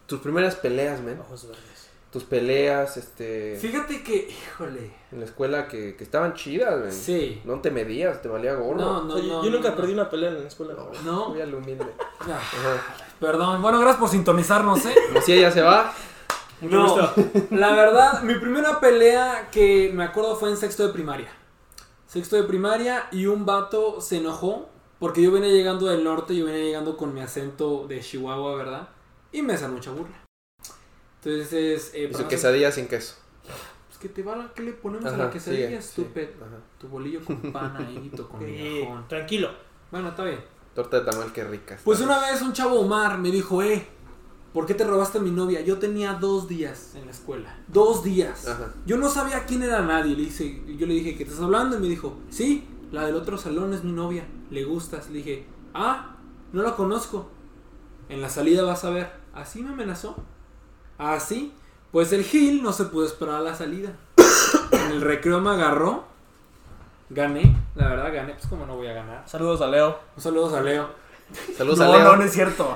A: tus primeras peleas, men.
D: Ojos verdes.
A: Tus peleas, este,
B: Fíjate que, híjole.
A: en la escuela que, que estaban chidas, men.
B: Sí.
A: No te medías, te valía gorro.
B: No, no,
D: O sea, yo-
B: no.
D: yo nunca
B: no.
D: perdí una pelea en la escuela.
A: No.
B: No.
A: Muy al humilde.
B: Ah,
A: Ajá.
B: Perdón. Bueno, gracias por sintonizarnos, ¿eh?
A: Mosía ya se va.
D: Mucho
B: No,
D: gusto.
B: la verdad, mi primera pelea que me acuerdo fue en sexto de primaria. Sexto de primaria y un vato se enojó porque yo venía llegando del norte, yo venía llegando con mi acento de Chihuahua, ¿verdad? Y me hacen mucha burla. Entonces,
A: Y
B: eh, para
A: su
B: no-
A: quesadilla sin queso.
B: pues que te va la- ¿qué le ponemos a
A: Ajá,
B: la quesadilla,
A: sigue, sí,
B: estúpido?
A: ajá.
B: Tu bolillo con pan ahí, tu con
D: Eh,
B: migajón.
D: Tranquilo.
B: Bueno, está bien.
A: Torta de tamal, qué rica.
B: Pues
A: está.
B: una vez un chavo Omar me dijo, eh, ¿por qué te robaste a mi novia? Yo tenía dos días en la escuela. Dos días.
A: Ajá.
B: Yo no sabía quién era nadie. Le hice, yo le dije, ¿qué estás hablando? Y me dijo, sí, la del otro salón es mi novia. Le gustas. Le dije, ah, no la conozco. En la salida vas a ver. Así me amenazó. Así. Pues el Gil no se pudo esperar a la salida. en el recreo me agarró. Gané. La verdad, gané. Pues como no voy a ganar.
C: Saludos a Leo.
B: Un saludo a Leo.
A: Saludos a Leo.
C: es cierto.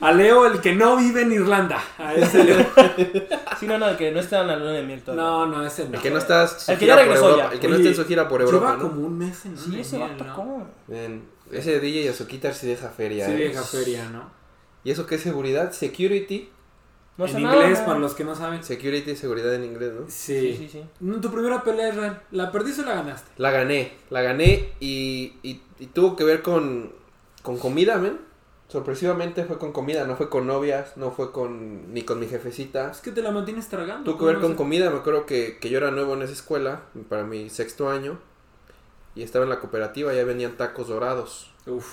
B: A Leo, el que no vive en Irlanda. A ese Leo.
C: Sí, no, no, el que no está en la luna de miel todavía.
B: No, no, ese no.
A: El que no está su
C: El que
A: gira
C: ya
A: por
C: regresó
A: Europa,
C: ya.
A: el que no
B: Oye,
A: está en su gira por Europa,
B: Lleva
A: ¿no?
B: como un mes en
C: Sí, ese
B: Irlanda,
C: vato,
B: ¿no?
C: ¿cómo?
A: Ven, ese DJ Azuquita sí deja feria,
B: Sí,
A: ¿eh?
B: vieja feria, ¿no?
A: ¿Y eso qué es seguridad? Security.
C: No
B: en
C: sé nada,
B: inglés,
C: güey.
B: para los que no saben. Sí.
A: Security y seguridad en inglés, ¿no?
C: Sí, sí, sí.
B: Mm, Tu primera pelea, Israel, ¿la perdiste o la ganaste?
A: La gané, la gané y, y- y tuvo que ver con, con comida, ¿ven? Sorpresivamente fue con comida, no fue con novias, no fue con ni con mi jefecita.
B: Es que te la mantienes tragando.
A: Tuvo que ver
B: ¿cómo
A: con
B: no sé?
A: comida, me acuerdo que, que yo era nuevo en esa escuela, para mi sexto año, y estaba en la cooperativa, ya venían tacos dorados.
B: Uf.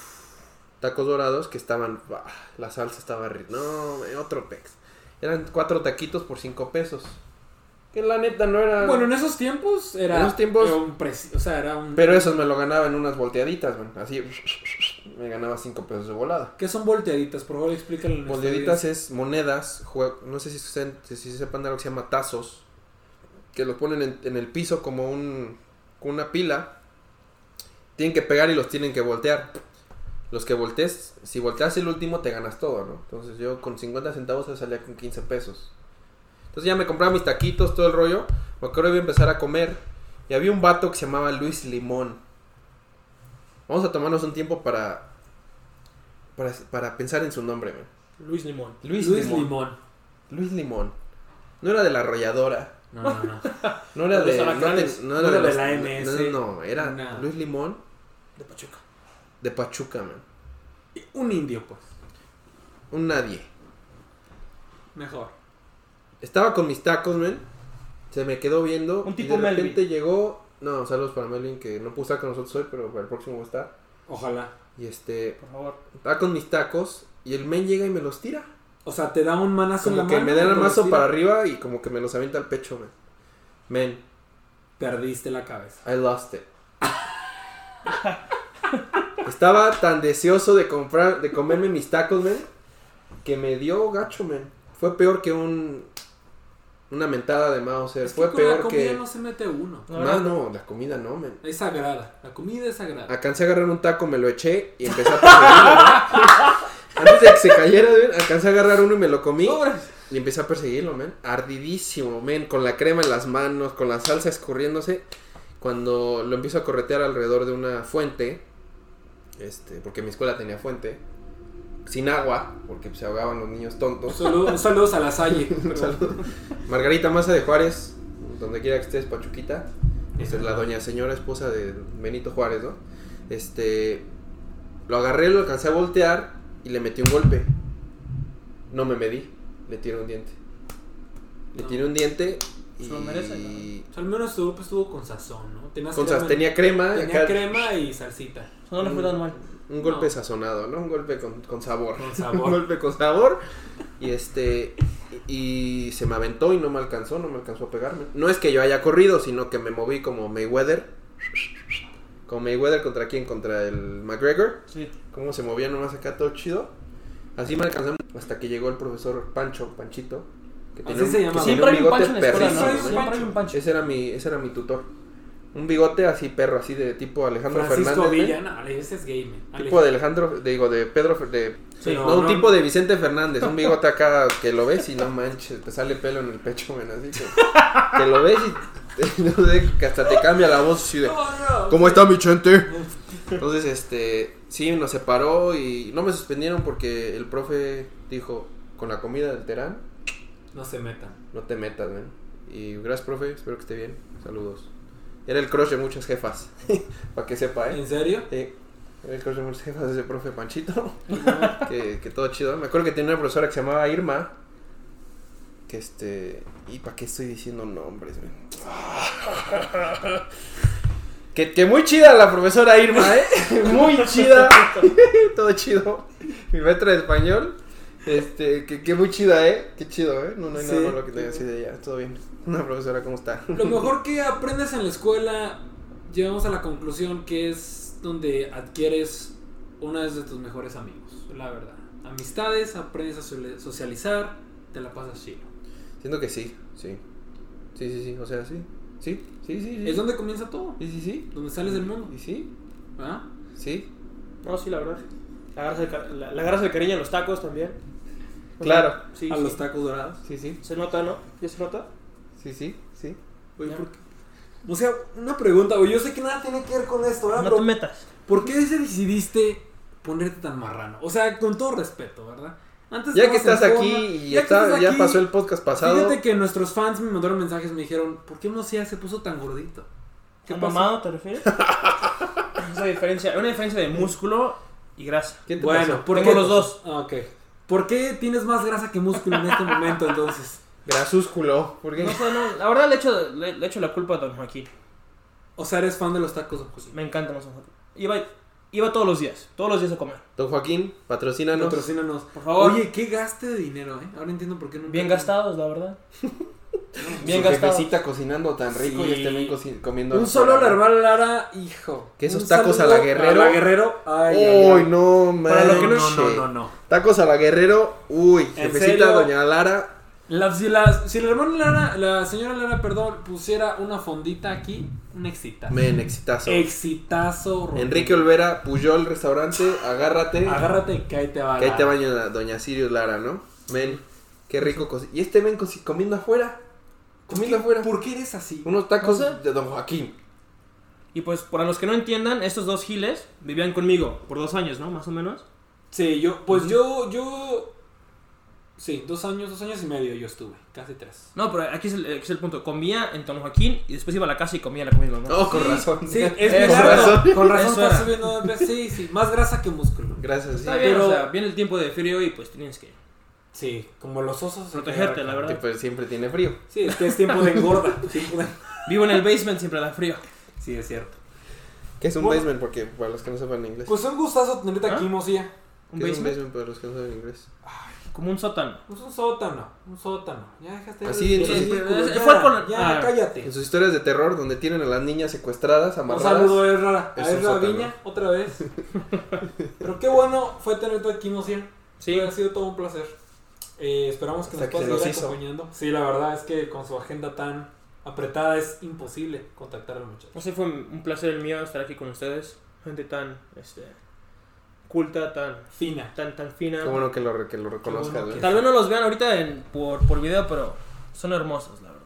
A: Tacos dorados que estaban, bah, la salsa estaba rica, no, otro pex. Eran cuatro taquitos por cinco pesos. Que la neta no era...
B: Bueno, en esos tiempos era,
A: En esos tiempos-
B: era un precio. O sea, era un.
A: Pero esos me lo ganaba en unas volteaditas, man. Así me ganaba 5 pesos de volada.
B: ¿Qué son volteaditas? Por favor, explícale. a nuestra
A: Volteaditas es monedas, jue- no sé si, ustedes- si, si sepan de lo que se llama tazos, que los ponen en, en el piso como un, con una pila. Tienen que pegar y los tienen que voltear. Los que voltees, si volteas el último te ganas todo, ¿no? Entonces yo con 50 centavos yo salía con 15 pesos. Entonces ya me compraba mis taquitos, todo el rollo. Me acuerdo que iba a empezar a comer. Y había un vato que se llamaba Luis Limón. Vamos a tomarnos un tiempo para para, para pensar en su nombre, men.
D: Luis Limón.
A: Luis,
B: Luis
A: Limón.
B: Limón.
A: Luis Limón. No era de la arrolladora.
B: No, no, no.
A: No era
D: De los
A: de. No,
D: alacranes.
A: te- no era
B: No
A: de
B: era
A: los-
B: de la MS.
A: No, no, era
B: Nada.
A: Luis Limón.
D: de Pachuca.
A: De Pachuca, man.
B: Un indio, pues.
A: Un nadie.
B: Mejor.
A: Estaba con mis tacos, men. Se me quedó viendo.
C: Un
A: y
C: tipo
A: de
C: Melvin.
A: repente llegó. No, saludos para Melvin, que no pudo estar con nosotros hoy, pero para el próximo va a estar.
B: Ojalá.
A: Y este.
C: Por favor.
A: Va con mis tacos. Y el men llega y me los tira.
B: O sea, te da un manazo en
A: Como
B: la
A: que
B: Ah, mano
A: me da
B: y
A: el
B: te
A: mazo
B: los tira.
A: para arriba y como que me los avienta al pecho, men. Men,
B: Perdiste la cabeza.
A: I lost it. Estaba tan deseoso de comprar, de comerme mis tacos, men, que me dio gacho, men. Fue peor que un una mentada de Mao, o sea,
B: Es
A: fue
B: que con la
A: peor
B: comida
A: que
B: no se mete uno.
C: No,
A: no,
C: ¿verdad?
A: no, la comida no, men.
B: Es sagrada. La comida es sagrada.
A: Alcancé a agarrar un taco, me lo eché y empecé a perseguirlo. men. Antes de que se cayera, men, alcancé a agarrar uno y me lo comí.
C: Sobres.
A: Y empecé a perseguirlo, men. Ardidísimo, men. Con la crema en las manos, con la salsa escurriéndose. Cuando lo empiezo a corretear alrededor de una fuente, este, porque mi escuela tenía fuente, sin agua, porque se ahogaban los niños
B: Un
A: tontos.
B: saludo, un saludo a la Salle.
A: Un saludo. Margarita Maza de Juárez, donde quiera que estés, Pachuquita. Esta es la doña señora esposa de Benito Juárez, ¿no? Este, lo agarré, lo alcancé a voltear y le metí un golpe. No me medí, le tiré un diente. Le
B: No.
A: tiré un diente y...
C: Se lo merece,
B: O sea, al menos tu grupo estuvo con sazón, ¿no? Tenías
A: Con
B: crema,
A: sas- tenía crema,
B: tenía
A: acá,
B: crema y salsita.
C: No le fue tan mal.
A: un golpe
B: no.
A: sazonado, ¿no? Un golpe con, con sabor.
B: Con
A: un
B: sabor.
A: golpe con sabor. Y este. Y y se me aventó y no me alcanzó, no me alcanzó a pegarme. No es que yo haya corrido, sino que me moví como Mayweather. Como Mayweather contra quién? Contra el McGregor.
C: Sí.
A: Cómo se movía nomás acá todo chido. Así me alcanzamos hasta que llegó el profesor Pancho, Panchito. Que
B: Así
A: tenía un-
B: se
A: que
B: llamaba.
A: tenía
C: Siempre
A: un
C: hay un
A: bigote
C: pancho en la escuela,
A: perrísimo,
C: ¿no?
A: ¿no?
C: Siempre hay un pancho.
A: Ese era mi, ese era mi tutor. Un bigote así perro, así de tipo Alejandro
B: Francisco
A: Fernández. ¿eh?
B: Villana, ese es gay, man.
A: Tipo de Alejandro, digo, de Pedro, Fer- de
C: Sí.
B: Pero-
A: no, un
B: Ah, no.
A: tipo de Vicente Fernández, un bigote acá que lo ves y no manches, te sale pelo en el pecho, men, así que, que lo ves y no sé, que hasta te cambia la voz así de,
B: No, no.
A: ¿cómo está mi gente? Entonces, este, sí, nos separó y no me suspendieron porque el profe dijo, con la comida del Terán,
B: No se metan.
A: no te metas, men. Y gracias, profe, espero que esté bien, saludos. Era el crush de muchas jefas, para que sepa, ¿eh?
B: ¿En serio?
A: Sí, era el crush de muchas jefas ese profe Panchito que, que todo chido. Me acuerdo que tenía una profesora que se llamaba Irma. Que este. ¿Y para qué estoy diciendo nombres, men? Que, que muy chida la profesora Irma, ¿eh? Muy chida. Todo chido. Mi maestra de español. Este, que, que muy chida, ¿eh? Qué chido, ¿eh? No, no hay
B: Sí.
A: nada malo que te decir de ella. Todo bien. Una profesora, ¿cómo está?
B: Lo mejor que aprendes en la escuela, llegamos a la conclusión que es donde adquieres una de tus mejores amigos, la verdad. Amistades, aprendes a sole- socializar, te la pasas chido.
A: Siento que sí, sí. Sí, sí, sí. O sea, sí. Sí, sí, sí. sí.
B: Es donde comienza todo,
A: Sí, sí, sí.
B: donde sales del mundo,
A: Y sí,
B: ¿verdad?
A: sí.
D: No, sí, la verdad. Le agarras el, ca- la- le agarras el cariño a los tacos también.
A: Claro.
D: Sí,
B: a
D: sí.
B: los tacos dorados.
A: Sí, sí.
D: Se nota, ¿no? ¿Ya se nota?
A: Sí, sí, sí.
B: Oye,
D: Ya.
B: ¿por qué? O sea, una pregunta, güey, yo sé que nada tiene que ver con esto, ¿verdad?
C: No
B: Pero
C: te metas.
B: ¿Por qué se decidiste ponerte tan marrano? O sea, con todo respeto, ¿verdad? Antes
A: Ya que
B: estabas
A: estás
B: en
A: aquí
B: forma,
A: y
B: ya que
A: está-
B: estás
A: ya
B: aquí,
A: pasó el podcast pasado.
B: Fíjate que nuestros fans me mandaron mensajes me dijeron, ¿por qué Mocía se puso tan gordito?
C: ¿Qué
B: pasó?
C: mamado te refieres? Esa diferencia. Hay una diferencia de músculo y grasa.
A: ¿Quién te
B: Bueno,
A: pasó?
B: ¿por
C: Tengo
B: qué?
C: los dos.
B: Ah, ok. ¿Por qué tienes más grasa que músculo en este momento entonces?
A: Grasúsculo. ¿Por qué?
C: No sé, no, la verdad le echo, le, le echo la culpa a Don Joaquín.
B: O sea, eres fan de los tacos de cocina.
C: Me encanta más Don Joaquín. Iba, iba todos los días, todos los días a comer.
A: Don Joaquín, patrocínanos.
B: Patrocínanos.
C: Por favor.
B: Oye, qué gaste de dinero, ¿eh? Ahora entiendo por qué no.
C: Bien gastados, la verdad. Bien
A: Su
C: gastados.
A: jefecita cocinando tan rico y
C: Sí.
A: este men coci- comiendo.
B: Un solo la hermana Lara, hijo.
A: Que esos
B: Un
A: tacos a la
B: saludo
A: Guerrero.
B: A la guerrero. Ay, ay,
A: Uy,
B: ay.
A: no, man.
B: Para lo que no, no, no, no, no.
A: Tacos a la Guerrero. Uy,
B: ¿En
A: jefecita
B: serio?
A: doña Lara.
B: La- si, la, si la hermana Lara, la señora Lara, perdón, pusiera una fondita aquí, un excitazo.
A: Men, exitazo.
B: Exitazo. rotundo.
A: Enrique Olvera, Puyol Restaurante. Agárrate.
B: Agárrate y cáete va.
A: Que ahí te
B: Lara.
A: baña doña Sirius Lara, ¿no? Men, qué rico. coci- Y este men coci- comiendo afuera. Comiendo afuera.
B: ¿Por qué eres así?
A: Unos tacos
C: No sé.
A: de Don Joaquín.
C: Y pues, para los que no entiendan, estos dos giles vivían conmigo por dos años, ¿no? Más o menos.
B: Sí, yo, pues yo, yo Sí, dos años, dos años y medio yo estuve, casi tres.
C: No, pero aquí es el, aquí es el punto. Comía en Don Joaquín y después iba a la casa y comía la comida de mi mamá.
A: Oh, con
B: Sí,
A: razón.
B: Sí, es
A: Eh,
B: mi
A: con razón.
B: razón. Con razón
C: Eso
B: está
C: era.
B: subiendo de peso. Sí, sí, más grasa que músculo.
A: Gracias.
C: Está
A: sí.
C: bien,
B: pero-
C: o sea, viene el tiempo de frío y pues tienes que
B: Sí, como los osos.
C: protegerte, la
A: Que,
C: verdad.
A: pues, siempre tiene frío.
B: Sí, es que es tiempo de engorda. tiempo
A: pues.
B: de-
C: Vivo en el basement, siempre da frío.
B: Sí, es cierto.
A: Que es un
B: Bueno.
A: basement, porque para los que no sepan inglés.
B: Pues un gustazo tenerte aquí,
C: ¿Ah?
B: Mosilla.
C: Un
A: ¿Qué es un
C: basement,
A: basement para los que no saben inglés?
C: como un sótano.
B: Pues un sótano, un sótano. Ya dejaste de
A: Así,
B: ser
A: entonces-
B: ridículo,
C: Eh,
B: ya,
C: fue con-
B: ya,
C: ah.
B: cállate.
A: En sus historias de terror, donde tienen a las niñas secuestradas,
B: Un
A: amarradas.
B: saludo eh. a Erra,
A: Es
B: a
A: un
B: Erra
A: sótano.
B: Viña, otra vez. Pero qué bueno fue tenerte aquí, Mosilla.
C: Sí.
B: ha sido todo un placer. Eh, esperamos que
A: Hasta
B: nos
A: que
B: puedas
A: se nos
B: seguir
A: hizo.
B: acompañando. Sí, la verdad es que con su agenda tan apretada es imposible contactar al muchacho.
C: No sé, Pues fue un placer el mío estar aquí con ustedes. Gente tan este, culta, tan,
B: Fina.
C: tan, tan fina.
A: Qué bueno que lo, re- que lo reconozcas.
B: bueno
A: ¿eh?
C: Tal vez no los vean ahorita en- por, por video, pero son hermosos, la verdad.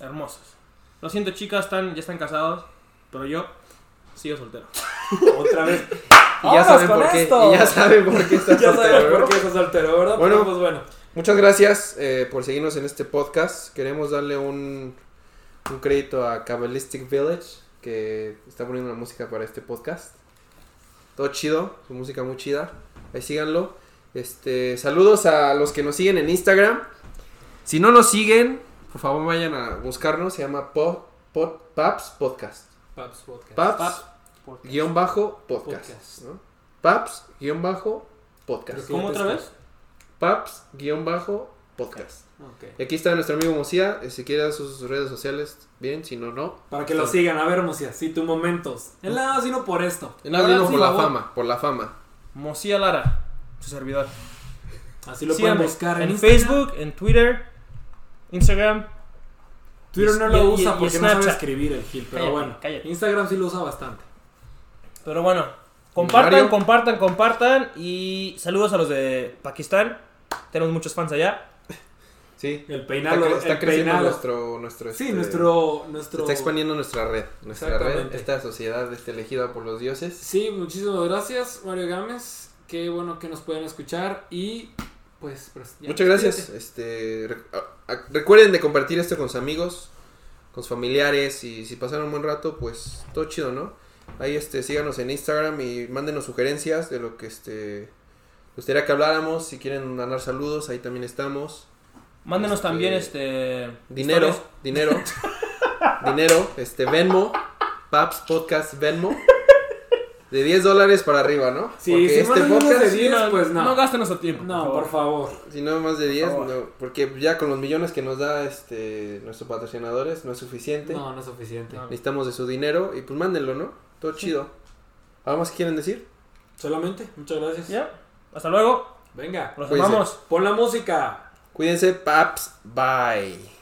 C: Hermosos. Lo siento, chicas, están, ya están casados, pero yo sigo soltero.
B: Otra vez.
A: Y ya
B: ¡Vámonos
A: saben
B: con
A: por qué.
B: esto!
A: Y ya saben por qué está
B: Ya sabes
A: soltero,
B: por
A: ¿verdad?
B: qué estás soltero, ¿verdad?
A: Bueno.
B: Pero, pues bueno.
A: Muchas gracias eh, por seguirnos en este podcast. Queremos darle un, un crédito a Cabalistic Village, que está poniendo la música para este podcast. Todo chido, su música muy chida. Ahí síganlo. Este, saludos a los que nos siguen en Instagram. Si no nos siguen, por favor vayan a buscarnos. Se llama Pod, Pod- Paps Podcast.
B: Paps Podcast.
A: Paps,
C: Paps
A: guión bajo podcast.
B: Podcast.
A: ¿no? Paps guión bajo podcast.
B: Creo
C: ¿Cómo otra vez?
A: Paps guión bajo podcast.
B: Ok.
A: Y aquí está nuestro amigo Mocía. eh, Si quiere dar sus redes sociales, bien, si no, no.
B: Para que lo
A: Sí.
B: sigan. A ver, Mosia, si tu momentos. El lado sino por esto.
A: En la no,
C: sí,
A: por la
C: la voy.
A: fama, por la fama.
C: Mocía Lara, su servidor.
B: Así lo
C: Síganme
B: pueden buscar en,
C: en
B: Instagram.
C: Facebook, en Twitter, Instagram.
B: Twitter no
C: y-
B: lo
C: y-
B: usa
C: y
B: porque no sabe
C: Snapchat.
B: escribir el Gil, pero
C: Cállate,
B: bueno.
C: cállate.
B: Instagram sí lo usa bastante.
C: Pero bueno, compartan,
A: Mario.
C: compartan, compartan. Y saludos a los de Pakistán. Tenemos muchos fans allá.
A: Sí.
B: El
A: Está,
B: peinado.
A: cre- está
B: el
A: creciendo
B: peinado.
A: nuestro. nuestro
B: Sí,
A: este,
B: nuestro,
A: se
B: nuestro...
A: Está expandiendo nuestra red. Nuestra red,
B: Exactamente.
A: esta sociedad este, elegida por los dioses.
B: Sí, muchísimas gracias, Mario Gámez. Qué bueno que nos pueden escuchar y pues... pues, ya,
A: Muchas gracias.
B: despídete.
A: Este, re- a- a- recuerden de compartir esto con sus amigos, con sus familiares. Y si pasaron un buen rato, pues todo chido, ¿no? Ahí este, síganos en Instagram y mándenos sugerencias de lo que este, gustaría que habláramos. Si quieren mandar saludos, ahí también estamos.
C: Mándenos
A: Este,
C: también este.
A: Dinero,
C: historias.
A: dinero, dinero, este, Venmo, Paps Podcast Venmo, de 10 dólares para arriba, ¿no?
B: Sí,
A: Porque
B: si
A: este
B: mandan unos de
A: podcast,
B: 10, pues, no.
C: No gasten nuestro tiempo.
B: No, por favor.
A: si no más de 10,
C: Por favor.
A: no, porque ya con los millones que nos da este, nuestros patrocinadores no es suficiente,
B: No, no es suficiente.
C: No.
A: necesitamos de su dinero y pues mándenlo, ¿no? Todo chido. ¿Algo más que quieren decir?
B: Solamente, muchas gracias.
C: Ya. Hasta luego.
B: Venga,
C: Los
A: Cuídense.
C: amamos.
B: pon la música.
A: Cuídense, Paps, bye.